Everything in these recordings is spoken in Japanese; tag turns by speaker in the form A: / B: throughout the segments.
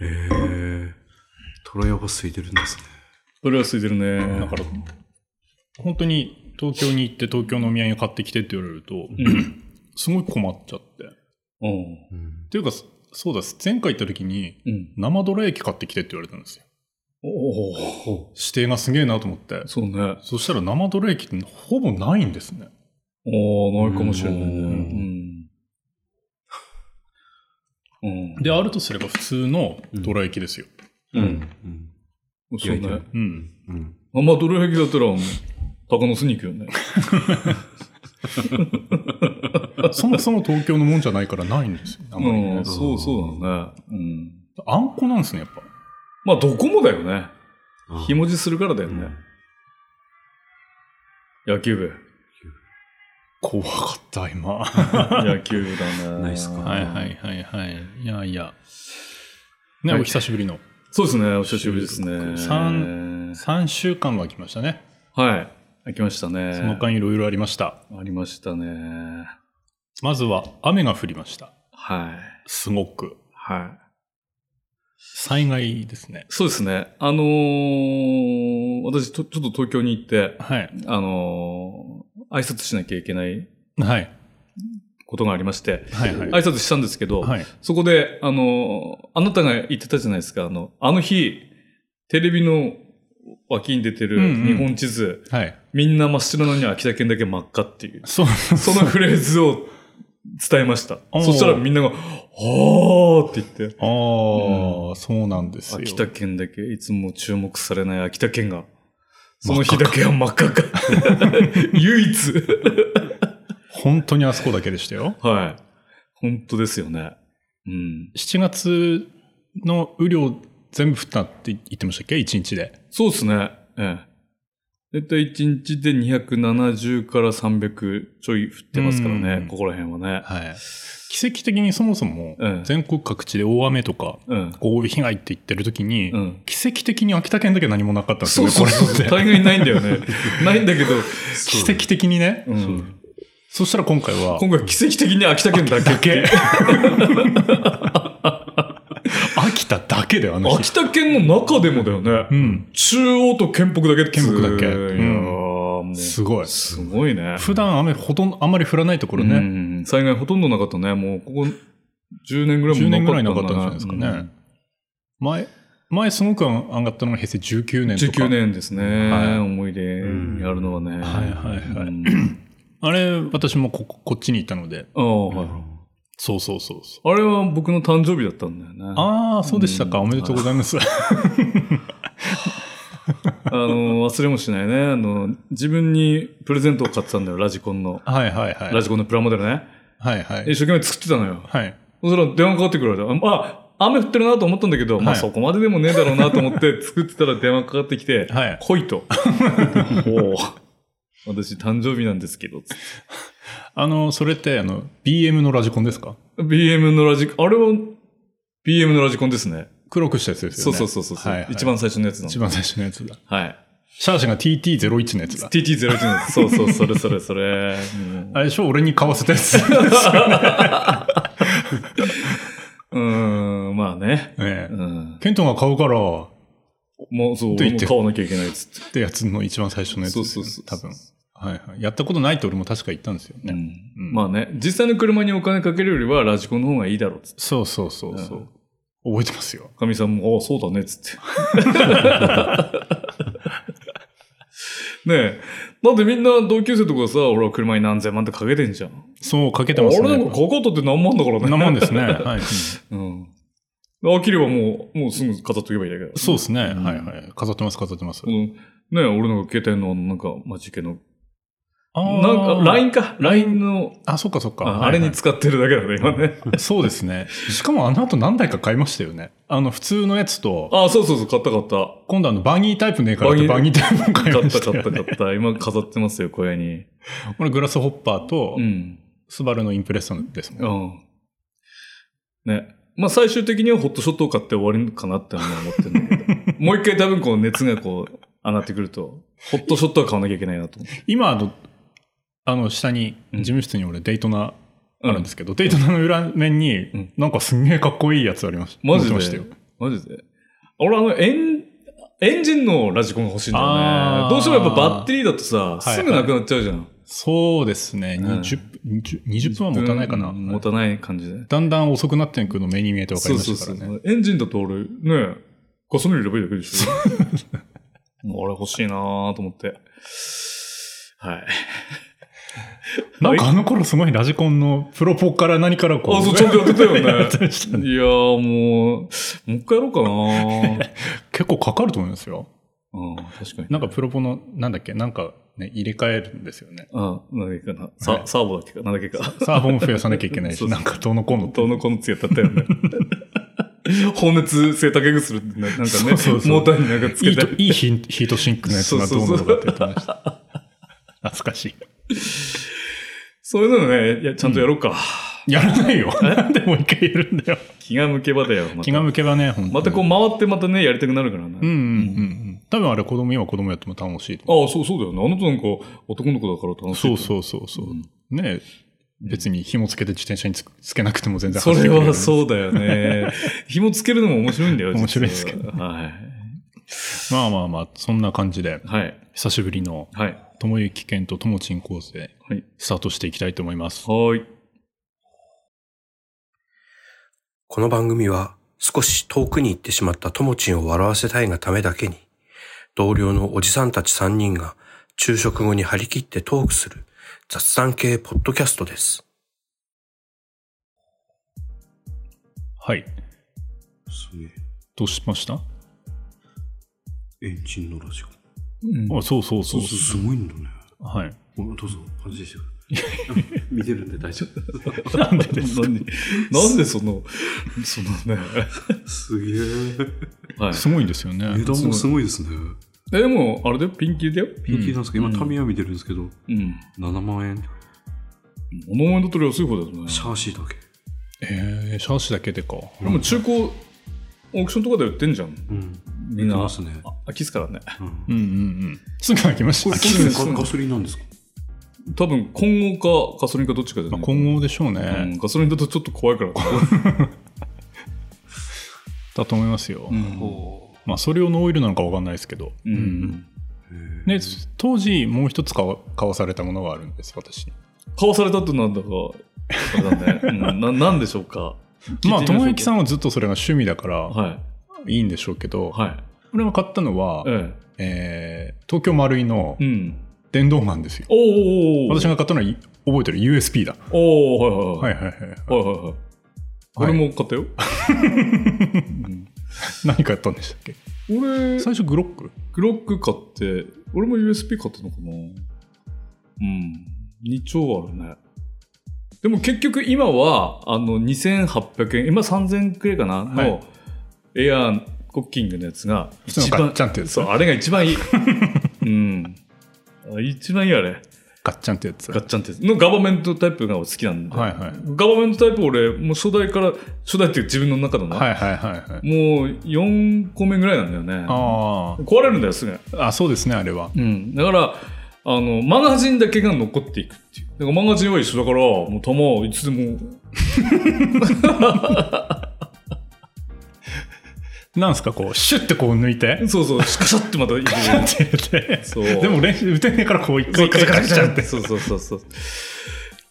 A: へえ。トライアバスいてるんですね。
B: それは空いてるね。だから、本当に東京に行って東京のお土産買ってきてって言われると、すごい困っちゃって。っ
C: うん。
A: うん。
B: ていうか、そうだ、前回行った時に
C: うん。
B: 生どら焼き買ってきてって言われたんですよ。
C: おお。
B: 指定がすげえなと思って。
C: そうね。
B: そしたら生どら焼きってほぼないんですね。
C: おお、ないかもしれないね。
A: う
C: うん。うん。
B: で、あるとすれば普通のどら焼きですよ。
C: うん。
A: うん。
C: そ
A: いや
C: う
A: い
C: ね
A: や。
B: うん。
A: うん。
C: あんまどれだけだったら、タカノスに行くよね。
B: そもそも東京のもんじゃないからないん ですよ。あんまり
C: う
B: ね
C: ん。。そうそうだね。うん。
B: あんこなんですね、やっぱ。
C: まあ、どこもだよね。
A: あ
C: 日文字するからだよ
A: うん
C: ね。野 球部。
B: 怖かった、今。
C: 野球部だね。
A: ナイスか
B: はいはいはいはい。いやいや。ね、
C: はい
B: お久しぶりの。
C: そうですね。お久しぶりですね。
B: 三3週間は来ましたね。
C: はい。開きましたね。
B: その間いろいろありました。
C: ありましたね。
B: まずは雨が降りました。
C: はい。
B: すごく。
C: はい。
B: 災害ですね。
C: そうですね。あのー私と、ちょっと東京に行って、
B: はい。
C: あのー挨拶しなきゃいけない
B: はい。
C: ことがありまして、
B: はいはい。
C: 挨拶したんですけど、
B: はい。
C: そこで、あの、あなたが言ってたじゃないですか、あの、あの日、テレビの脇に出て
B: うんう
C: る
B: ん
C: 日本地図、
B: はい。、
C: みんな真っ白なのに秋田県だけ真っ赤っていう
B: そう。
C: そのフレーズを伝えました。
B: おー
C: そしたらみんなが、あーって言って、
B: ああ、そうなんですよ。
C: 秋田県だけ、いつも注目されない秋田県が、その日だけは真っ赤か。 唯一。
B: 本当にあそこだけでしたよ。
C: はい。本当ですよね。うん。
B: 7月の雨量全部降ったって言ってましたっけ ?1 日で。
C: そうですね。ええ。大体1日で270から300ちょい降ってますから
B: うんうんうん
C: ね、ここら辺はね。
B: はい。奇跡的にそもそも
C: うん
B: 全国各地で大雨とか
C: うん。
B: 豪雨被害って言ってる時に、
C: うん。
B: 奇跡的に秋田県だけ何もなかったんです
C: そ
B: よ
C: う
B: ね、
C: そう
B: こ
C: そう。
B: れって。
C: 大概ないんだよね。ないんだけど、
B: 奇跡的にね。
C: うん
A: そう
B: そしたら今回は、
C: 今回奇跡的に秋田県だけ。
B: 秋田だけであの日。
C: 秋田県の中でもだよね。
B: うん。
C: 中央と県北だけって
B: 県北だけ
C: いやー
B: うん
C: もう、す
B: すごい。
C: ごいね。
B: 普段雨ほとんど、あんまり降らないところ
C: う
B: ね。
C: ん災害ほとんどなかったね。もう、ここ10年ぐらいも
B: 10年ぐらい
C: んだ
B: なかったんじゃないですかね。
C: うん
B: 前、前すごく上がったのが平成19年とか。
C: 19年ですね、
B: はい
C: 思い出があるのはね、
B: はいはいはい
C: うん
B: あれ、私もこここっちにいたので。
C: ああ
A: う
C: はい
A: ん
B: そうそうそうそう。
C: あれは僕の誕生日だったんだよねあ
B: ああ、そうでしたか。
C: うん
B: おめでとうございます。
C: の忘れもしないねあの自分にプレゼントを買ってたんだよラジコンの、
B: はいはいはい。
C: ラジコンのプラモデルね
B: はいは
C: 一
B: い。
C: 生懸命作ってたのよ
B: はい。
C: そしたら電話かかってくるわれたあ雨降ってるなと思ったんだけど、ま
B: は
C: あ
B: い
C: そこまででもねえだろうなと思 って作ってたら電話かかってきて、
B: はい
C: 来 いと。おう私誕生日なんですけど、つって
B: あの、それって、あの、BM のラジコンですか
C: BM のラジコン、あれは BM のラジコンですね。
B: 黒くしたやつです
C: そ
B: よ
C: う
B: ね。
C: そうそうそう、
B: はいはい
C: 一番最初のやつな
B: 一
C: の。
B: 番最初のやつだ。
C: はい。
B: シャーシャが TT01 のやつだ。
C: TT01 の やつ。そうそう、それそれそれ。
B: あれでしょ俺に買わせた やつ。
C: うん、うーんまあね。
B: え
C: う
B: え。
C: ん。
B: ケントが買うから、っ
C: もう、そう、
B: と
C: 俺
B: 言っ
C: も
B: て
C: 買わなきゃいけないっつって。
B: てやつの一番最初のやつ
C: そう
B: です
C: そ
B: よ
C: う
B: ね。
C: そう。
B: 多分。はいはい。やったことないって俺も確か言ったんですよ
C: う
B: ね。
C: ん。
B: うん
C: まあね、実際の車にお金かけるよりはラジコンの方がいいだろうっつって。
B: そうそうそうそう。覚えてますよ。
C: かみさんも、ああ、そうだねっつって。ねえ。だってみんな同級生とかさ、俺は車に何千万ってかけてんじゃん。
B: そう、かけて
C: あ
B: ます
C: れなん
B: ね
C: か。かかったって何万だからね。
B: なもんです ね。はい。
C: うん。飽きればもう、もうすぐ飾っとけばいいだけだ。
B: そうですね。
C: うん
B: はいはい。飾ってます、飾ってます
C: こ。の、ね、俺の携帯のなんか、待ち受けの。
B: あー
C: なんか、LINE か。LINE の、
B: あ、そっかそっか。はい
C: あ
B: はい
C: あれに使ってるだけだね、今ね。
B: そうです ね。しかもあの後何台か買いましたよね。あの、普通のやつと、
C: あ、そうそうそう、買った買った。
B: 今度あの、バニータイプねえからってバ
C: バ
B: ニ
C: ニ
B: ータイプも買い
C: 買
B: ま
C: っ
B: したた
C: 買
B: よ、
C: った買った。今飾ってますよ、小屋に。
B: 俺、グラスホッパーと
C: う、ん。
B: スバルのインプレッサンですも。
C: うんん。ね。まあ最終的にはホットショットを買って終わりかなって思ってるんだけど。もう一回多分こう熱がこう上がってくると、ホットショットは買わなきゃいけないなと思って。
B: 今、あの、あの、下に、
C: うん
B: 事務室に俺、デイトナ
C: う
B: あるんですけど、デイトナの裏面に
C: ん、
B: なんかすんげえかっこいいやつありました。
C: マジ
B: 持ってましたよ
C: で。マジで。俺あの、エン、エンジンのラジコンが欲しいんだよ
B: あ
C: ね。
B: ー
C: どうしてもやっぱバッテリーだとさ、
B: いはい
C: すぐなくなっちゃうじゃん。
B: そうですね。
C: うん
B: 20分、20 20分は持たないかな。
C: うん持たない感じで。
B: だんだん遅くなっていくの目に見えて分か
C: そ
B: り
C: う
B: ま
C: そう
B: した
C: そ
B: から
C: う
B: ね。
C: そう。エンジンだと俺、ねえ、ガソリン入ればいいだけでしょ。 もう俺欲しいなぁと思って。はい。
B: なんかあの頃すごいラジコンのプロポから何からこう。
C: あ、そう、ちゃんとやってたよね。いや
B: やってましたね
C: ーもう、もう一回やろうかなぁ
B: 結構かかると思いますよ。
C: うん、確かに。
B: なんかプロポの、なんだっけ、なんかね、入れ替えるんですよね。
C: あ、なんだっけかな。サ,、
B: はい
C: サーボだっけか。なんだっけか。
B: サーボも増やさなきゃいけない
C: そう
B: し、
C: そう
B: なんかどうのこうのって
C: どのこのつやったったよね。 放熱性高くするってな、なんかね、
B: そうそうそう
C: モーターになんかつ
B: い
C: け
B: い
C: た
B: と
C: り。
B: いいヒンヒートシンクのやつがどうなのかって言ってました。懐かし
C: そういうのね、いや、ちゃんとやろうか。
B: い。やらないよ。 なんでもう一回やるんだ よ。
C: 気が向けばだよ。また
B: 気が向けばね、本当
C: またこう回ってまたね、やりたくなるからね。
B: うんうんうんうん。多分あれ子供、今子供やっても楽しいと思
C: ああ、そう、そうだよね。あの子なんか男の子だから楽
B: う。
C: しい
B: そ
C: と。
B: うそうそうそう。
C: うん
B: ね別に紐つけて自転車につくつけなくても全然
C: そ
B: 走って
C: れ
B: くれる
C: はそうだよ ね。紐つけるのも面白いんだよ、実は
B: 面白いですけど。
C: はい。
B: まあまあまあ、そんな感じで、
C: はい。
B: 久しぶりの
C: はい。
B: ともゆきけんとともちん構成、
C: はい
B: スタートしていきたいと思います。
C: はい。
A: この番組は少し遠くに行ってしまったともちんを笑わせたいがためだけに、同僚のおじさんたち3人が昼食後に張り切ってトークする雑談系ポッドキャストです。
B: はい。
A: すげ
B: どうしました、
A: え、エンジンのラジオ。
B: あそうそうそう
A: すごいんだね。
B: はい。
A: どうぞ、話してくれ。見てるんで大丈夫。
C: なんでですかなんでその、そのね。
A: すげえ。
C: はい。
B: すごいんですよね。
A: 値段もすごいですね。
C: えでも、あれだよ、ピンキーだよ。
A: ピンキーなんですけど、
C: うん
A: 今タミヤ見てるんですけど、
C: うん。
A: 7万円。
C: お名前だと安い方だよね。
A: シャーシーだけ。
B: えー、シャーシだけでか。
C: でも中古、オークションとかで売ってんじゃん。
A: うん。
C: み
A: 見
C: ん
A: て
C: な。
A: ますね。
C: あ飽きっすからね。
A: うん
B: うんうんうん。すぐ開きまし
A: こ
B: た
A: れ
B: ね。
C: そうです
A: ガガソリンなんですか
C: 多分、混合かガソリンかどっちかじゃな
B: まあ
C: い
B: 今後でしょうね。
C: うんガソリンだとちょっと怖いから。
B: だと思いますよ。
C: うん
B: まあ、それ用のオイルなのかわかんないですけど。
C: う。
B: うんで、当時、もう一つ買わ買わされたものがあるんです、私。
C: 買わされたってなんだか、わかんないうんななんでしょうか。
B: まあ、ともゆきさ
C: ん。
B: んはずっとそれが趣味だから、
C: はい。
B: いいんでしょうけど、
C: はい。
B: 俺が買ったのは、
C: え
B: えー東京丸井の
C: え。うん。
B: 電動マンですよ。
C: おーおーおー
B: 私が買ったのは、い覚えてる USB だ。
C: おおは
B: はい
C: はい
B: いはいはい。
C: はい。はいはいはい。俺も買ったよ。うん
B: 何買ったんでしたっけ
C: 俺、
B: 最初、グロック
C: グロック買って、俺も USB 買ったのかなうん。2兆あるね。でも結局今は、あの、2800円、今3000円くらいかなの、
B: はい
C: エアーコッキングのやつが、
B: 普通の
C: 一
B: ガッ
C: 番
B: チ、ャンってやつ
C: そう、。あれが一 番いい。うん。あ一番いいあれ。
B: ガッチャンってやつ。
C: ガッチャンってやつ。のガバメントタイプが俺好きなんで。
B: はいはい。
C: ガバメントタイプ俺、もう初代から、初代っていう自分の中のな、
B: はいはいはいはい。
C: もう4個目ぐらいなんだよね。
B: あ
C: 壊れるんだよ、すぐ。
B: ーあ、そうですね、あれは。
C: うん。だから、あの、マガジンだけが残っていくっていう。だからマガジンは一緒だから、もう弾はいつでも。
B: なんすか、こう、シュッてこう抜いて、
C: そうそう、カシャってまた入れ る。
B: ってやって
C: そう。
B: でも練習、打てねえからこう、一
C: そ
B: 回
C: う、カ
B: 一回
C: シャ
B: ガ
C: カ
B: ッ
C: シ
B: チ
C: ャ
B: ャン
C: っ
B: って
C: て。。そうそうそうそう。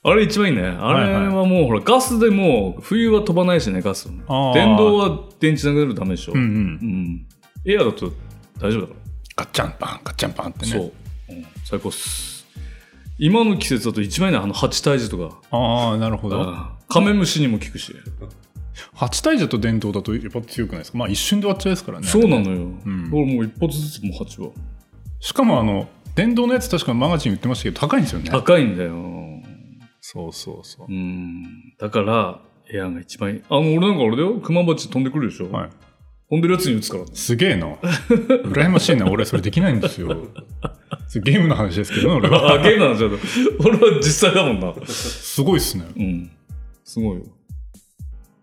C: あれ一番いいね。あれはもう、ほら、ガスでも、冬は飛ばないしね、ガス。電
B: あー
C: 動は電池なくなるとダメでしょ。
B: うんうん
C: う。んエアだと大丈夫だか
B: ガッチャンパン、ガッチャンパンって
C: ら。
B: ね。
C: そう。うん最高っす。今の季節だと一番いいね、あの、八体樹とか。
B: ああ、なるほど。
C: うんカメムシにも効くし。
B: 八体じゃと電動だとやっぱ強くないですか。まあ一瞬で終わっちゃいますからね。
C: そうなのよ。
B: ん
C: 俺もう一発ずつもう8は。
B: しかもあの、電動のやつ確かマガジン売ってましたけど、高いんですよね。
C: 高いんだよ。
B: そうそうそう
C: う。ん。だから、エアが一番いい。あの、俺なんかあれだよ。クマバチ飛んでくるでしょ。
B: はい。
C: 飛んでるやつに撃つから。
B: すげえな。羨ましいな。俺それできないんですよ。それゲームの話ですけどね、俺は。
C: あ、ゲームなんじゃない俺は実際だもんな。
B: すごいっすね。
C: うん。すごいよ。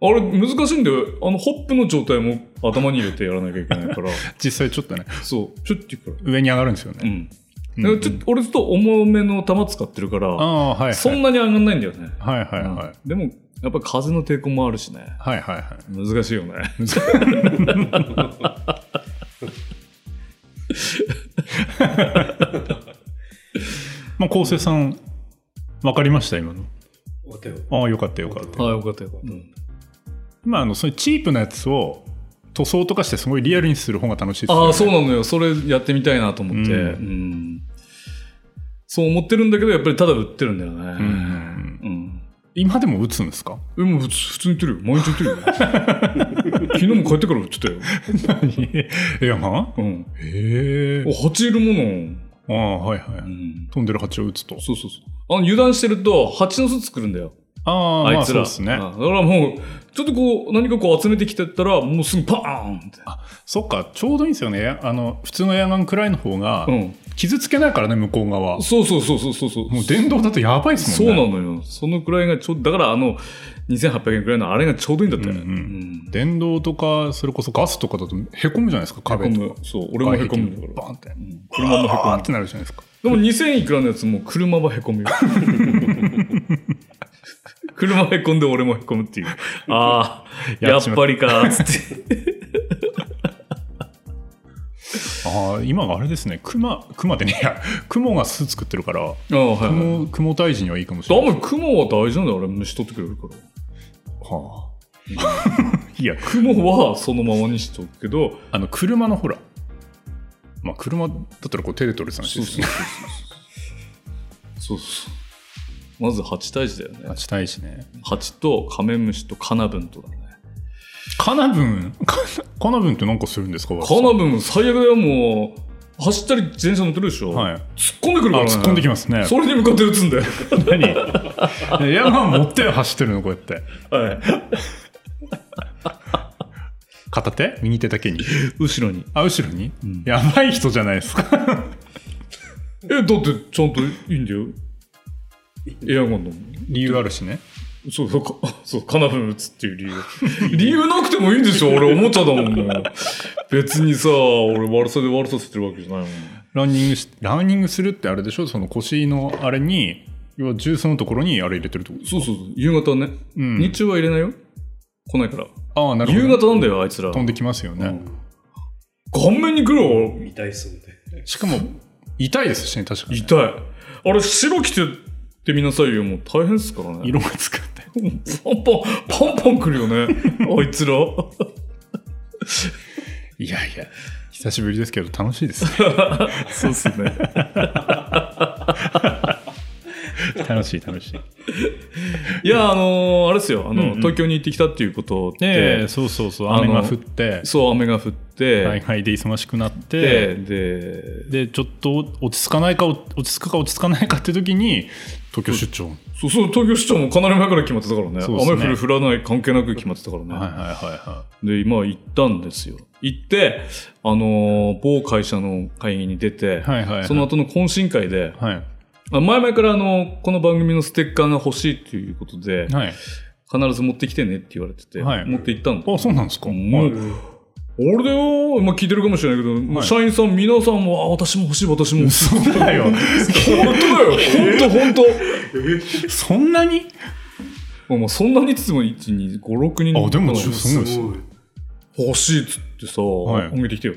C: あれ、難しいんだよ。あの、ホップの状態も頭に入れてやらなきゃいけ ないから。
B: 実際ちょっとね、
C: そう。ちょっといくから。
B: 上に上がるんですよ
C: う
B: ね。
C: ん。
B: うん
C: だからちょっと俺ちょっと重めの弾使ってるから、
B: ああー、はい、はい。
C: そんなに上がんないんだよね。
B: はいはいはい。
C: でも、やっぱり風の抵抗もあるしね。
B: はいはいはい。
C: 難しいよね。
B: まあ、昴生さん、わかりました今の。
A: わかるよ
B: ああ、よかったよかった。
C: ああ、よかったよかった。
B: まあ、あの、そういうチープなやつを塗装とかしてすごいリアルにする方が楽しいですよね。
C: ああ、そうなのよ。それやってみたいなと思って。
B: うん
C: うんそう思ってるんだけど、やっぱりただ売ってるんだよ
B: うんうんう
C: ね。
B: ん。
C: うん。
B: 今でも打つんですか
C: え、もう普通普通に売ってるよ。毎日売ってるよ。 昨日も帰ってから売ってたよ。
B: いや、まあ。
C: うん。
B: へえ。
C: お、蜂いるもの。
B: ああ、はいは
C: う
B: い。
C: ん。
B: 飛んでる蜂を打つと。
C: そうそうそう。あの、油断してると、蜂の巣作るんだよ。
B: ああ、
C: あ
B: ま
C: い
B: あ
C: つ
B: そう
C: ら。
B: ですね。
C: うんだからもう、ちょっとこう、何かこう集めてきてったら、もうすぐパーンって。
B: そっか、ちょうどいいんですよね。あの、普通のエアガンくらいの方が
C: う、ん。
B: 傷つけないからね、向こう側。
C: そうそうそうそうそうそう。
B: もう電動だとやばいです
C: そう
B: も
C: なん
B: ね。
C: のよ。そのくらいがちょうど、だからあの、2800円くらいのあれがちょうどいいんだったよ。
B: うんうん電動とか、それこそガスとかだとへこむじゃないです
C: う
B: か、
C: ん
B: 壁と
C: へ
B: か
C: こ。むそう、俺もへこむんだから。
B: バンって。
C: うん車もへこ
B: バー
C: む
B: ンっ。てなるじゃないですか。
C: でも2000いくらのやつも車はへこ むよ。車へこんで俺もへこむっていう。ああ、や
B: や
C: っ
B: っちまった
C: ぱりか、つって。
B: ああ、今があれですね、熊、熊でね、いや雲が巣作ってるから、
C: ああ、はいはい。
B: 雲、雲退治にはいいかもし
C: あ
B: れ
C: ん
B: ない。
C: まり雲は大事なんだよ、俺虫取ってくれるから。
B: はあいや、
C: 雲はそのままにしておくけど、
B: あの、車のほら、まあ、車だったらこう手で取る話ですね。
C: そうそう。まず蜂大事だよね。
B: したいしね。
C: 蜂とカメムシとカナブンとだね。
B: カナブン、カナカナブンってなんかするんですか
C: カナブン最悪だよ、もう。走ったり自転車乗ってるでしょ、
B: はい。
C: 突っ込んでくるから、
B: あ
C: ね、
B: 突っ込んできますね。
C: それに向かって撃つんだ よ。
B: 何エアガン持って走ってるの、こうやって。
C: はい。
B: 片手右手だけに。
C: 後ろに。
B: あ、 後ろに、やばい人じゃないですか。
C: え、だってちゃんといいんだよ。エアガンだもん。
B: 理由あるしね。
C: そうそうか、 そう、カナブン打つっていう理由。理由なくてもいいんで しょ俺おもちゃだもん、もう別にさ、俺悪さで悪さしてるわけじゃないもん。
B: ランニングし、ランニングするってあれでしょその腰のあれに、要は重曹のところにあれ入れてるってこと
C: そうそう、夕方ね。
B: うん
C: 日中は入れないよ。来ないから。
B: ああ、なるほど
C: 夕
B: ね、
C: 方なんだよ、あいつら。
B: 飛んできますよね。
C: 顔面に来るわ、
A: 見たいそうで。
B: しかも、痛いですしね、確かに。
C: 痛い。あれ、白着てってみなさいよ。もう大変っすからね。
B: 色がつくって。
C: パンパン、パンパン来るよ ね。あいつら。
B: いやいや、久しぶりですけど楽しいですね。
C: そうっすね。
B: 楽しい、楽しい。
C: いや、あのーあれですよ。あの、
B: うんうん
C: 東京に行ってきたっていうことって、
B: ええそうそうそう。
C: あの
B: 雨が降って、
C: そう、雨が降って、
B: 災害で忙しくなっ
C: で、
B: て、
C: で、
B: で、ちょっと落ち着かないか、落ち着くか落ち着かないかって時に、東京出張。
C: そう、そう東京市長もかなり前から決まってたからね。
B: そうっすね
C: 雨降る降らない関係なく決まってたからね。
B: はいはいはいはい。
C: で、今行ったんですよ。行って、あのー某会社の会議に出て、
B: はいはいはい
C: その後の懇親会で、
B: はい。
C: あ前々からあの、この番組のステッカーが欲しいっていうことで、
B: はい。
C: 必ず持ってきてねって言われてて、
B: はい
C: 持って行ったの。
B: あ、そうなんですか。
C: もう、俺だよ、今聞いてるかもしれないけど、もう社員さん皆さんも、あ、私も欲しい、私も。
B: 嘘だよ。
C: 本当だよ、本当本当。
B: そんなに
C: まあまあ、そんなにつつも、1、2、5、6人。
B: あ、でも、すごいです。
C: 欲しいっつってさ、
B: い
C: あげてきてよ。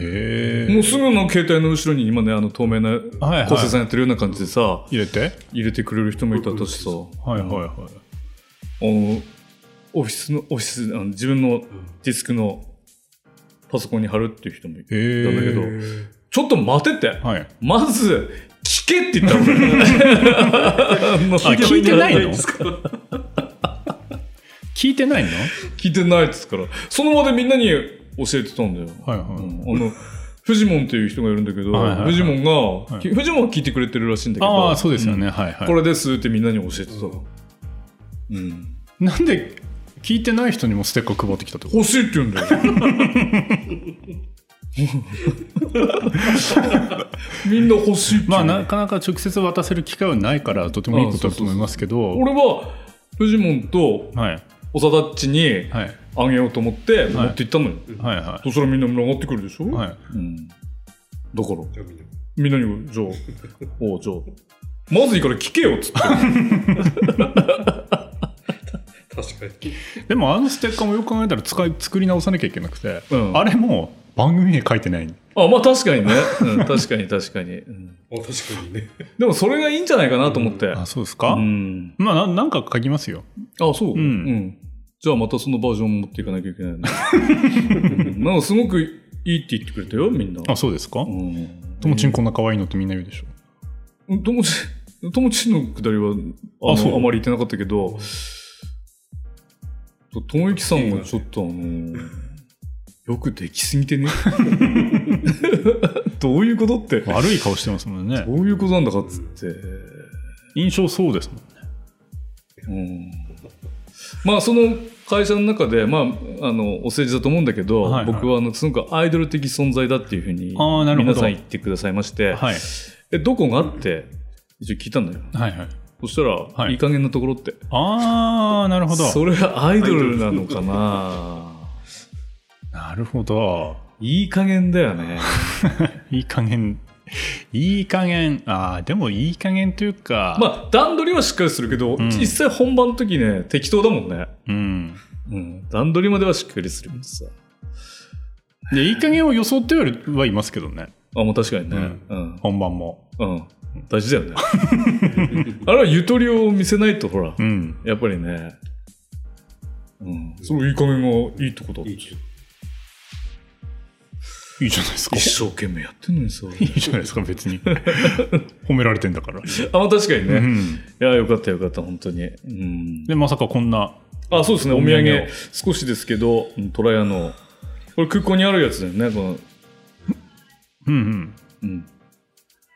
B: へ え。
C: もうすぐの携帯の後ろに今ね、あの透明な、
B: はいはい
C: 昴生さんやってるような感じでさ、
B: 入れて
C: 入れてくれる人もいたしさ、あ
B: はいはいはい。
C: の、オフィスの、オフィス、あの自分のディスクのパソコンに貼るっていう人もいたんだ
B: へえ。
C: けど、ちょっと待てって、
B: はい。
C: まず、聞けって言ったの。 もう
B: 聞いてないの
C: 聞
B: 聞いてないの
C: 聞いてないっつうから、その場でみんなに教えてたんだよ。
B: はいは
C: う
B: い。
C: んあの、フジモンっていう人がいるんだけど、
B: はいはいはい
C: フジモンが、
B: はい
C: きフジモンは聞いてくれてるらしいんだけど、
B: ああ、そうですよね。はい
C: うん
B: は
C: こ
B: い。
C: れですってみんなに教えてた。うん。
B: なんで、聞いてない人にもステッカー配ってきたってこと
C: 欲しいって言うんだよ。みんな欲しいって言
B: ま
C: う
B: あ、
C: んだよ
B: なかなか直接渡せる機会はないから、とてもいいことだと思いますけど、
C: 俺は、フジモンと
B: はい。
C: 長田っちに
B: はい。
C: あげようと思って持って行ったのよ。
B: はいは
C: そしたらみんな上がってくるでしょ
B: い。はい。
C: うん。だから、みんなに、じゃあ、お うじゃあ、まずいいから聞けよっつって。
A: 確かに。
B: でもあのステッカーもよく考えたら使い作り直さなきゃいけなくて、
C: うん
B: あれも番組名書いてない
C: あ、まあ確かにね。うん、確かに確かに、うん
A: あ確かにね。
C: でもそれがいいんじゃないかなと思って。
B: あそうですか、
C: うん
B: まあななんか書きますよ
C: あ、そう、
B: うん
C: じゃあまたそのバージョン持っていかなきゃいけないね。 うんなんかすごくいいって言ってくれたよ、みんな。
B: あそうですか
C: うん。
B: ともちんこんな可愛いのってみんな言うでしょ
C: うんともち、ともちんのくだりはあ
B: あ
C: の
B: そう
C: あまり言ってなかったけど、とともゆきさんがちょっとあの、よくできすぎてね。 どういうことって。ど
B: 悪い顔してますもんね
C: ういうことなんだかっつって。
B: 印象そうですもんね
C: うんまあその会社の中で、まあ、あのお世辞だと思うんだけど、
B: はいはい
C: 僕はあのすごくアイドル的存在だっていうふうに
B: あーなるほど
C: 皆さん言ってくださいまして
B: はい
C: えどこがって一応聞いたんだよ
B: はいはい
C: そしたら、
B: はい
C: い、い加減なところって
B: ああなるほど
C: それはアイドルなのかな
B: なるほど
C: いい加減だよね
B: いい加減 いい加減ああでもいい加減というか
C: まあ段取りはしっかりするけど、
B: ん
C: 実際本番の時ね適当だもんね、
B: うん
C: うん、段取りまではしっかりするけどさ
B: でいい加減を装ってはいますけどね
C: あもう確かにね、
B: うん
C: うん、
B: 本番も
C: うん。大事だよね。 あれはゆとりを見せないと、ほら、
B: うん
C: やっぱりね。うん。そのいい加減がいいとこだ
A: いいけど
B: いいじゃないですか
C: 一生懸命やってんのにさ。
B: いいじゃないですか別に 褒められてんだから、
C: あ、まあ確かにね。
B: う
C: い
B: ん、
C: や、よかったよかった、本当に。うん。
B: でまさかこんな
C: あ、そうですね、お
B: お
C: 土
B: 土産
C: 産、少しですけど、うんトラヤの。これ空港にあるやつだよね、この、
B: うんうん
C: うん。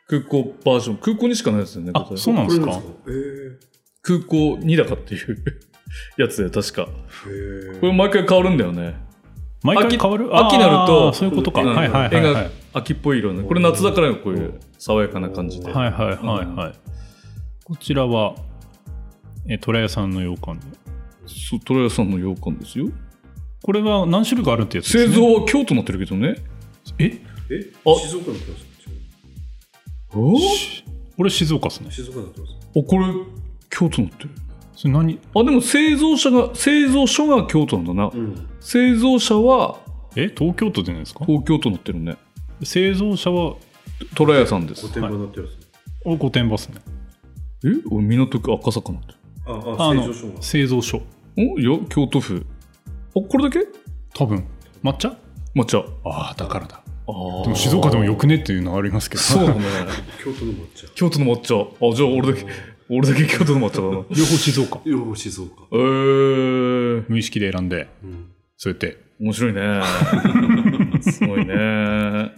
C: 空港バージョン。空港にしかないやつだよね、
B: あ
C: これ
B: そうなんですか
A: これなんです
C: 空港にだかっていう やつだよ、確か。
A: かへえ。
C: これ毎回変わるんだよね。
B: 毎回
C: 秋
B: 変わる
C: 秋になると
B: あーそういうことか、
C: うん
B: はいはいはいはい
C: 絵が秋っぽい色ねこれ夏だからよこういう爽やかな感じで、
B: はいはいはいはい、こちらはえトラヤさんの羊羹で
C: そうトラヤさんの羊羹ですよ
B: これは何種類かあるってやつで
C: 製
B: す、ね、
C: 造は京都になってるけどね
B: え
A: え
C: あ
A: 静岡の来ます
C: お
B: これ静岡ですね
A: 静岡の来ます
C: これ京都になってる
B: それ何
C: あでも製造者が製造所が京都なんだな、
A: うん。
C: 製造者は
B: え東京都じゃないですか
C: 東京都になってるね
B: 製造者は
C: トラヤさんです
A: 御殿場になってますね。
B: お御殿場ですね
C: え俺港区赤坂になって
A: あ、あ、成
B: あの
A: 城書が。
B: 製造所
C: るおいや京都府あこれだけ
B: 多分抹茶
C: 抹茶
B: ああだからだ
C: あ
B: でも静岡でもよくねっていうのはありますけど
C: そうだね
A: 京都の抹茶。
C: 京都の抹茶あじゃあ俺だけ俺だけ京都の抹茶だな
B: 両方静岡
A: 両方静岡。
C: えー、
B: 無意識で選んで
A: うん。
B: そうやって
C: 面白い ね。すごいね。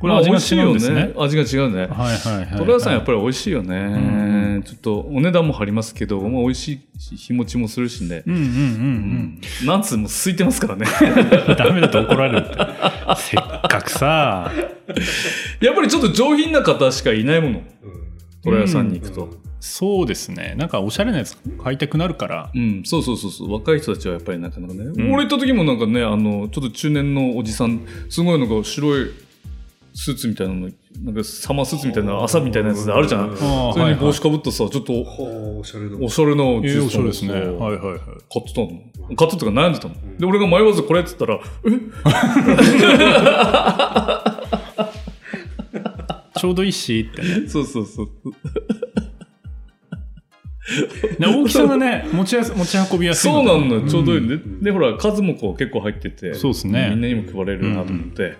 B: これ味が違うんですね
C: まあ美味しいよね味が違うね。
B: はいはいはい
C: トラヤさんやっ
B: ぱ
C: ぱり美味しいよね。
B: ん
C: ちょっとお値段も張りますけど、まあ、美味しいし日持ちもするしね。
B: うんうんうんうん
C: なんつうも空いてますからね。
B: ダメだと怒られるってせっかくさ
C: やっぱりちょっと上品な方しかいないもの。
A: うん
C: トラヤさんに行くと。
B: そうですねなんかおしゃれなやつ買いたくなるから
C: うん、そうそうそうそう。若い人たちはやっぱりなかなかね。
B: ん
C: 俺行った時もなんかね、あの、ちょっと中年のおじさん、すごいなんか白いスーツみたいなの、なんかサマースーツみたいな、朝みたいなやつあるじゃん。
B: あ
C: それに帽子かぶったさ、ちょっと
A: はあ、おしゃれだ。
C: おしゃれな
B: えー、おしゃれ
C: の
B: ですねはいはいはい
C: 買ってたの。買ってたから悩んでたの。で、俺が迷わずこれって言ったら、
B: ちょうどいいしってね
C: えそうそうそう。
B: で大きさがね 持ちやす持ち運びやすい
C: そうな
B: の
C: んだよ、ちょうどいいね。
A: ん
C: で、ほら、数もこう結構入ってて、
B: そうっすね
C: みんなにも配れるなと思って。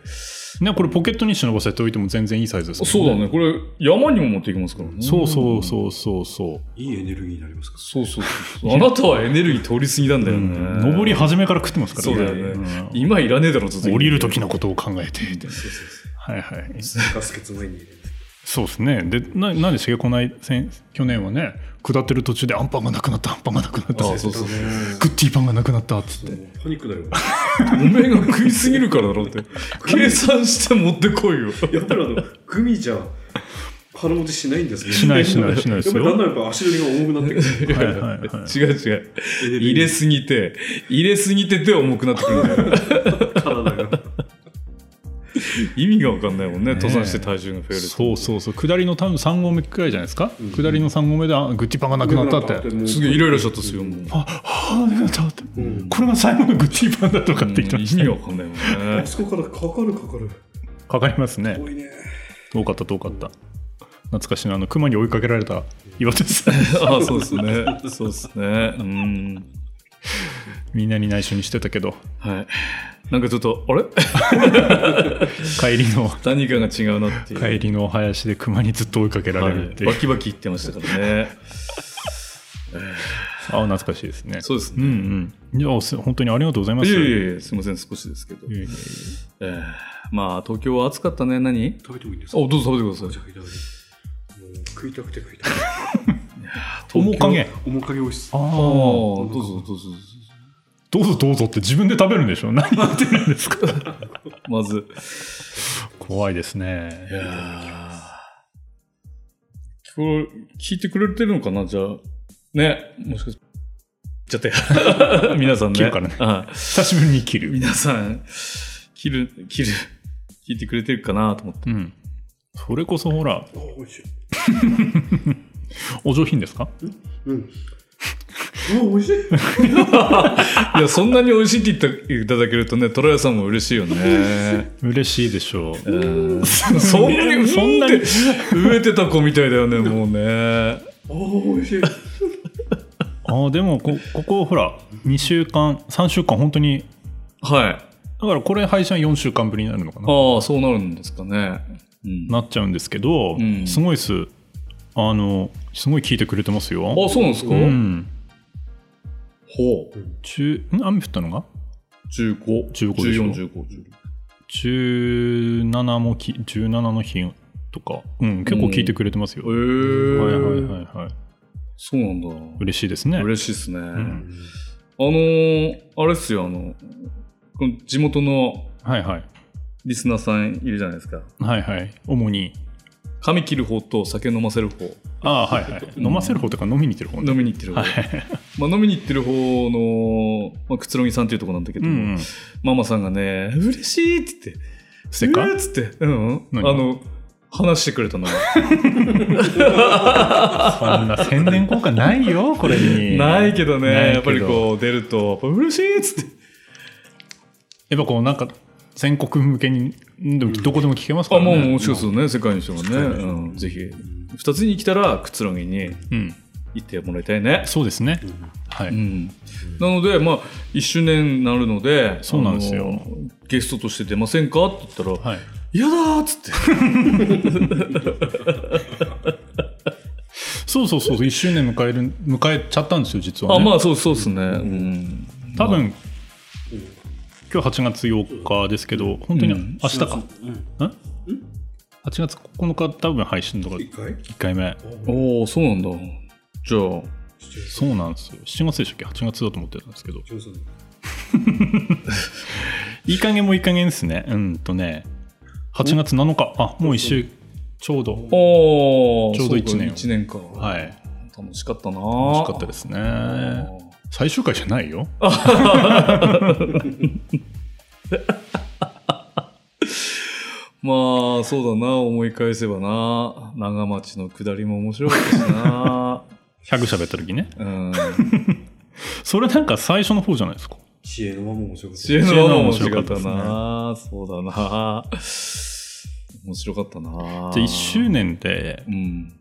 B: ねこれポケットに忍ばせておいても全然いいサイズですもん
C: そうだね、これ山にも持っていきますからね。
B: そうそうそうそうそう
A: いいエネルギーになりますか
C: そうそう そう。あなたはエネルギー通り過ぎなんだよね。
B: 登り始めから食ってますから
C: そうだよね。今いらねえだろ、ちょっと。
B: うん降りる
C: と。
B: 時のことを考えて
C: そうそうそう
B: はいはい
A: ら。ガスケツ前に入れる。
B: そうですねでな何でしたっけこない先去年はね下ってる途中でアンパンがなくなったアンパンがなくなった
C: あそうそうそう。
B: グッティパンがなくなったっつって
A: パニックだよ。
C: おめえが食いすぎるからだろ って。計算して持ってこいよ。
A: やったらあの、グミじゃ、腹持ちしないんですね。
B: しないしないしないですよ
A: やっぱりだんだんやっぱ足取りが重くなってくる。
B: はいはいは
C: 違う違う。入れすぎ て、入れすぎてて重くなってくるんだよ。
A: 体が。
C: 意味が分かんないもんね
B: ねえ
C: 登山して体重が増える
B: そうそうそう下りの多分3合目くらいじゃないですか、下りの3合目であグッチパンがなくなったって
C: うすげえイライラしちゃったっすよもう
B: あはあなくなったって、これが最後のグッチパンだとかって言って
C: うん
B: ま
C: 意
B: した、
C: 味が分かんないもんね
A: あそこからかかるかかる。
B: かかりますね
A: 多いね。
B: 遠かった遠かった懐かしいなあの熊に追いかけられた岩手さん
C: ああそうですねそうですねうん
B: みんなに内緒にしてたけど
C: はいなんかちょっと あれ
B: 帰りの
C: 何かが違うなっていう
B: 帰りのお囃子で熊にずっと追いかけられるっていう、
C: はいバキバキ言ってましたからね
B: ああ懐かしいですね
C: そうです
B: うん
C: ね
B: うんじゃあす本当にありがとうございま
C: い
B: す
C: やいやいやすいません少しですけど、
B: いやいや
C: えーまあ東京は暑かったね何
A: 食べてもいいです
C: あ
A: か
C: どうぞ食べてくだ
A: じ
C: さ
A: ゃ
C: い
A: あいただきますもう食いたくて食いたくて。
B: 面影
A: 面影美味しい。
B: あ
C: ああ
B: あ
C: どうぞどうぞどうぞ
B: どうぞどうぞって自分で食べるんでしょ何言ってるんですか
C: まず
B: 怖いです
C: い
B: ね
C: やーこれ、聞いてくれてるのかなじゃあ。ね。もしかして。ちょっとや 皆さんね。
B: 切るからね
C: はい
B: 久しぶりに切 る
C: 皆さん、切る、切る、聞いてくれてるかなと思って。
B: うんそれこそほら
A: あ美味しい。
B: お上品ですか
A: うん。うわ美味しい。
C: いや、そんなに美味しいって言っていただけるとね、トラヤさんも嬉しいよね。
B: 嬉しいでしょう
C: うん そんなに、そ
B: そ
C: ん
B: ん
C: な
B: な
C: に
B: に
C: 飢えてた子みたいだよね、もうね。
A: あー美味しい。
B: ああでもこここほら2週間3週間本当に
C: はい。
B: だからこれ配信は4週間ぶりになるのかな
C: ああ、そうなるんですかね。うん
B: なっちゃうんですけど、
C: うん
B: すごいっすあのすごい聞いてくれてますよ
C: あ、そうなんですか、
B: うん
C: ほう。
B: 中ん雨降ったのが
C: 15。
B: 15でしょ
C: 14、15、16。
B: 17もき17の日とか、うん、結構聞いてくれてますよ、
C: へえ
B: はいはいはいはい
C: そうなんだ。
B: 嬉しいですね
C: 嬉しいですね。あ
B: ん
C: のーあれっすよ、あの、この地元の
B: はいはい
C: リスナーさんいるじゃないですか。
B: はいはい主に
C: 髪切る方と酒飲ませる方、
B: ああーはいはい 飲ませる方とか飲みに行ってる方ね
C: 飲みに行ってる方。まあ、飲みに行ってる方の、まあ、くつろぎさんというとこなんだけ
B: う
C: ども、
B: ん、うん、
C: ママさんがね、嬉しいって言って、
B: ステッカー
C: うーっつって、うん、うん、
B: 何
C: あの、話してくれたの。
B: そんな宣伝効果ない よこれに
C: ないけどね、
B: な
C: や
B: いけど
C: っぱりこう出ると、やっぱ嬉しいっつって。
B: やっぱこうなんか全国向けにんでもどこでも聞けますか
C: あ、
B: らね、
C: もう、
B: う
C: もちろんそうね、世界にしてもね、うん、ぜひ。二つに来たら、くつろぎに
B: ん
C: 行ってもらいたいね。
B: そうですね、はい、
C: うん。なので、まあ、一周年になるので、
B: そうなんですよ
C: あの。ゲストとして出ませんかって言ったら、
B: はい、
C: 嫌だーっつって。
B: そうそうそうそう1周年迎える迎えちゃったんですよ実は、
C: あ、
B: ね
C: まあ、そうそうですね。うん。
B: 多分、今日8月8日ですけど本当に
C: うん
B: 明日か、ん
A: うん。
B: 8月9日多分配信とか
A: 一
B: 1
A: 回。
B: 回目
C: おおそうなんだ。じゃあ、
B: そうなんですよ7月でしたっけ8月だと思ってたんですけど
A: ジョンソン
B: いい加減もいい加減ですねうんとね8月7日あもう1週ちょうど
C: おお
B: ちょうど一年を
C: 1年か。。
B: はいい
C: 楽しかったな
B: 楽
C: 楽
B: しかったですね最終回じゃないよ
C: まあ、そうだな、思い返せばな、長町の下りも面白かったしな。
B: 100喋った時ね
C: うん。
B: それなんか最初の方じゃないですか
A: 知恵の輪も面白かった。
C: 知恵の輪も面白かっ
B: 知
C: た
B: 恵の輪
C: な。そうだな。面白かったな。
B: じゃあ1周年で
C: うん。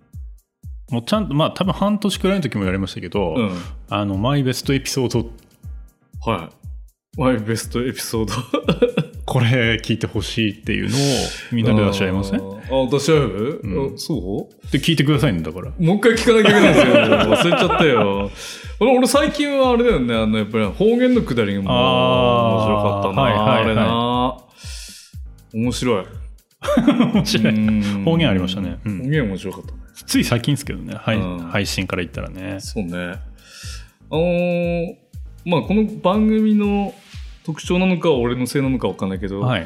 B: もうちゃんとまあ多分半年くらいの時もやりましたけど、
C: うん。
B: あのマイベストエピソード
C: はい。マイベストエピソード。
B: これ聞いてほしいっていうのをみんなで出し合いません
C: あー、あ出し合う、
B: うん
C: あそう
B: で聞いてくださいねだから
C: もう一回聞かなきゃいけないんです よ。忘れちゃったよ。俺、俺最近はあれだよね。あの、やっぱり方言のくだりがもう面白
B: あー
C: かったな。
B: はいはいはい
C: あれな。面白い。
B: 面白い
C: うん
B: 方言ありましたねうん
C: 方言面白かったね。
B: つい最近ですけどね、はい
C: うん
B: 配信から言ったらね
C: そうね。あのーまあ、この番組の特徴なのか、俺のせいなのかわかんないけど、
B: はい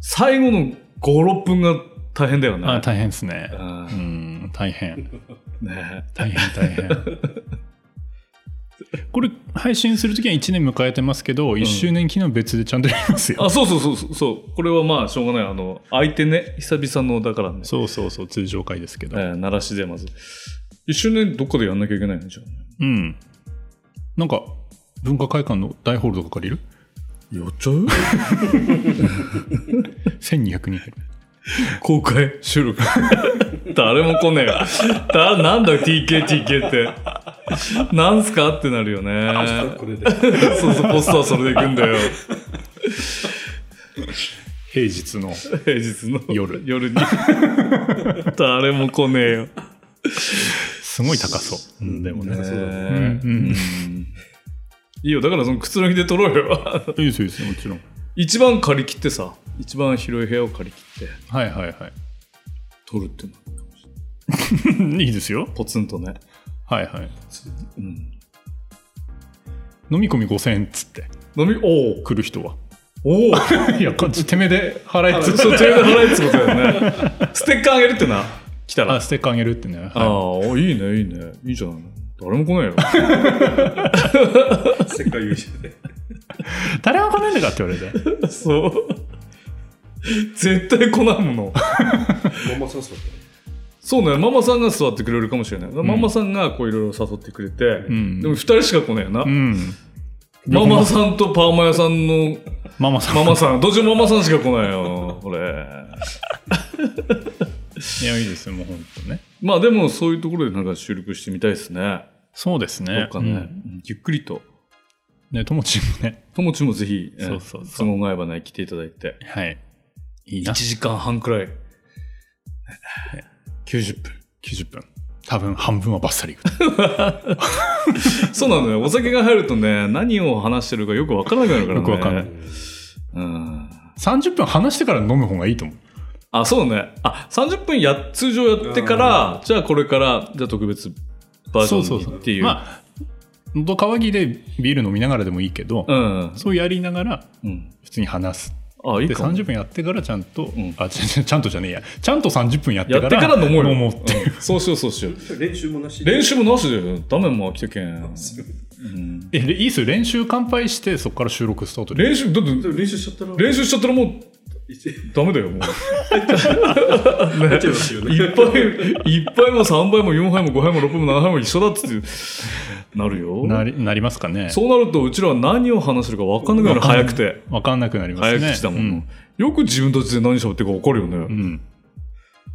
C: 最後の5、6分が大変だよね。
B: あ大変ですね
C: あ
B: うん大変
C: ね
B: 大変大変 これ配信するときは1年迎えてますけど、1周年記念は別でちゃんとやりますよ。
C: あ、そうそうそうそうそう。これはまあ、しょうがない。あの、相手ね、久々の、だからね。
B: そうそうそう、通常回ですけど。
C: えー、鳴らしでまず。一周年どっかでやんなきゃいけないのじゃあ、
B: うん。なんか、文化会館の大ホールとか借りる
C: やっちゃう
B: ?1200 人入る。
C: 公開収録。誰も来ねえよ。だ、なんだ TK、TK って。なんすかってなるよね。
A: これで。
C: そうそう、ポスターそれで行くんだよ。
B: 平日の。
C: 平日の
B: 夜
C: 夜に。誰も来ねえよ。
B: すごい高そう。うん、でもね。
A: そうだね
C: ね
B: うんうん
C: いいよ、だからそのくつろぎで撮ろうよ。
B: いいですよ、いいですよ、もちろん。
C: 一番借り切ってさ、一番広い部屋を借り切って
B: はいはいはい。
C: 撮るっていうのは
B: いいですよ。
C: ポツンとね。
B: はいはい。
C: うん。
B: 飲み込み5000円っつって、
C: 飲み、おう
B: 来る人は。
C: おお
B: いや、こっち、てめえで払えっつ
C: そう、
B: って。
C: そう手が払いっつことだよ ね。ステッカーあげるってな、来たら。
B: あ、ステッカーあげるってね。はい
C: ああ、おいいね、いいね。いいじゃん。誰も来ないよ。
A: せっかく優秀で。
B: 誰も来ないんだかって言わ れて。
C: そう。絶対来ないもの。
A: ママさんそう
C: そうね、ママさんが座ってくれるかもしれない。ママさんがこういろいろ誘ってくれて、
B: ん
C: でも二人しか来ないよな。
B: うん。
C: ママさんとパーマ屋さんの
B: ママさん。
C: ママさん、どっちもママさんしか来ないよ、これ。
B: いや、いいですよ、もう本当ね。
C: まあでもそういうところでなんか収録してみたいですね。
B: そうです
C: ど
B: ね
C: っ。かね、うんゆっくりと。
B: うんね、ともちんもね。
C: ともちもぜひ、えー
B: そうそうそ
C: 都合が合えばね、来ていただいて。
B: はい。いい
C: 1
B: な。
C: 時間半くらい。90分。
B: 90分。多分半分はバッサリいく。
C: そうなんだよ。お酒が入るとね、何を話してるかよくわからなくなるからね。
B: よくわかんない
C: うん。
B: 30分話してから飲む方がいいと思う。
C: あ、そうね。あ、30分や、通常やってから、じゃあこれから、じゃあ特別バージョンにっていう。
B: まあ、喉乾きでビール飲みながらでもいいけど、
C: うん。
B: そうやりながら
C: うん。
B: 普通に話す。
C: あ、いい
B: で
C: かも。
B: 30分やってからちゃんと、
C: ん
B: あちゃちゃんとじゃねえやちゃんと30分やって
C: や
B: か
C: っ
B: ら
C: てから飲もうよ。
B: もって
C: うんそうしよう、そうしよう。
A: だ。練習もなしで。
C: 練習もなしだよ。ダメも飽きてけん。
B: えいいっすよ練習乾杯してそこから収録スタートで
C: 練習、だって、
A: 練習しちゃったら。
C: 練習しちゃったらもう、
A: 一
C: ダメだよ、もう。
A: なっちゃいますよね。
C: 一杯、一杯も三杯も四杯も五杯も六杯も七杯も一緒だっつって、なるよ。
B: なりなりますかね
C: そうなると、うちらは何を話してるか分かんなくなる、早くて。
B: わかんなくなります
C: 早
B: ね
C: 口だもん、よく自分たちで何喋ってるか分かるよね。
B: うん、うん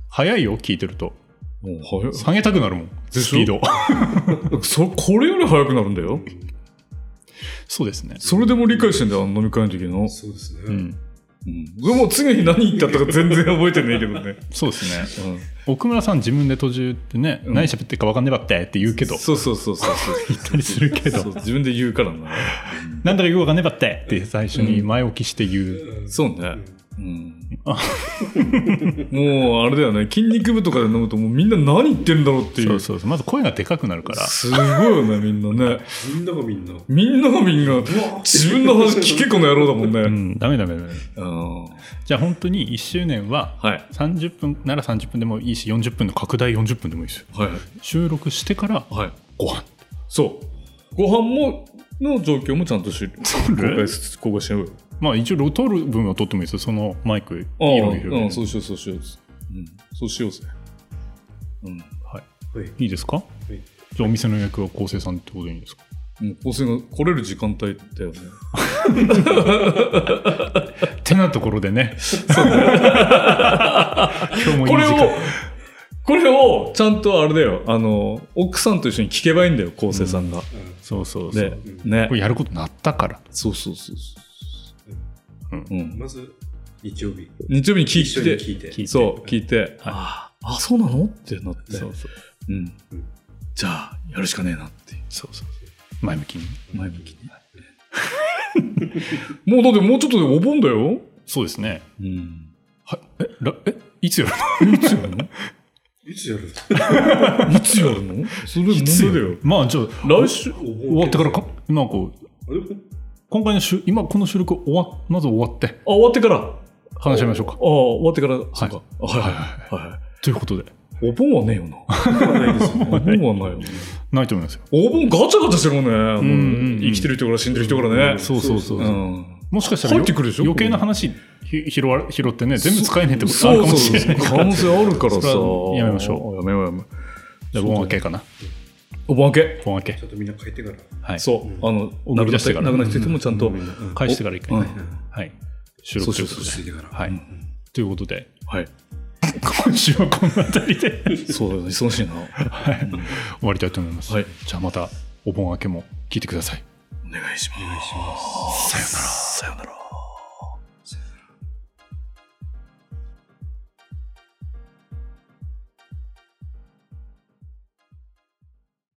B: 早いよ聞いてると
C: もう早い
B: 下げたくなるもん
C: で
B: ス
C: し
B: ピ
C: ょ
B: ー ド
C: そこれより早くなるんだよ。
B: そうですね
C: それでも理解してんだよ、あの飲み会の時の。
A: そうです
B: う
A: ね。
B: ん
C: うん、でも次の日何言ったとか全然覚えてないけどね。
B: そうですね
C: うん
B: 奥村さん自分で途中ってね、
C: ん
B: 何喋ってるかわかんねばってって言うけど
C: そうそうそうそうそう。言った
B: りする けど
C: 自分で言うからな。
B: なんだかよくわかんねばってって最初に前置きして言う、
C: そうね。うん。もうあれだよね、筋肉部とかで飲むともうみんな何言ってんだろうってい。
B: そううそうそうまず声がでかくなるから
C: すごいよね、みんなね。
A: みんながみんな。
C: みんながみんな、自分の話聞けこの野郎だもん
B: う
C: ね。
B: んダメダメダメ
C: うん。は。
B: じゃあ本当に1周年はい30分なら30分でもいいし40分の拡大40分でもいいですよ
C: はい。
B: 収録してから
C: はい。
B: ご飯
C: そう。ご飯も、の状況もちゃんとし、公開す、公開しようよ。
B: まあ一応撮る分は撮ってもいいですよそのマイク
C: ああ
B: いいのに
C: うん、そうしよう、そうしよう。うん、そうしようぜ。うん。
A: はい。
B: いいですか
A: い
B: じゃあお店の予約は昴生さんってことでいいんですか
C: もう、構成が来れる時間帯だよね。
B: ってなところでね 今日もいい時間
C: これを、これを、ちゃんとあれだよ、あの、奥さんと一緒に聞けばいいんだよ、昴生さんが。
B: そうそうそう、
C: で、ね
B: こ。れやることになったから
C: そうそうそうそう。うん。
A: まず、日曜日。
C: 日曜日に聞
A: 一緒に
C: い
A: 聞いて。
B: 聞い
C: て、
B: て
C: そう、聞いて、ああ、そうなのってなって、
B: そうそ
C: う
B: う
C: ん。じゃあ、やるしかねえなっていう。
B: そうそう前向きに
C: 前向きに。 もうだってもうちょっとでお盆だよ。
B: そうですね
C: うん。
B: はえらえいつやる
C: いつやるの
A: いつやる
C: いつやるのそれ問題だよ。
B: まあじゃあ
C: 来週、
A: 終
B: 終わってからか今こう
A: あれ終
B: 今回の週今この収録終わまず終わって
C: あ、終わってから。あ
B: 話し合いましょうか
C: あ、終わってから。はい。そうかはい
B: はい
C: はいはい。
B: ということで
C: お盆はねえよな。
A: わらないですよ
C: お盆はないよね。
B: ないと思いますよ。
C: お盆ガチャガチャしてるもんね。もう
B: うんうんうん
C: 生きてる人から死んでる人からね。
B: そうそうそう。
C: うん。
B: もしかしたらよ
C: 入ってくるでしょ
B: 余計な話ひ拾わ拾ってね、全部使えねえってことあるかもしれない
C: そうそうそう可能性ある からさ。
B: それはやめましょ
C: う。やめようやめよう
B: じゃあ、盆明けかな。
C: お盆明け。
B: 盆明け
A: ち。ょっとみんな帰ってから。
B: はい。
C: そう。あの、
B: 思
C: 亡く
B: い出
C: なっ
B: して
C: た
B: か
C: 亡
B: ら
C: くなった人もちゃんと。
B: 返してから一回ね
C: う。
B: はい。収録ということ
A: 落ち着
B: で。
A: いてから。
B: はい。ということで、
C: はい。
B: 今週はこの辺りで
C: そうだね。忙しいな。お
B: はい終わりたいと思います。
C: はい
B: じゃあまたお盆明けも聞いてください。
C: 願いします。
A: お願いします。
C: さよなら。さよなら。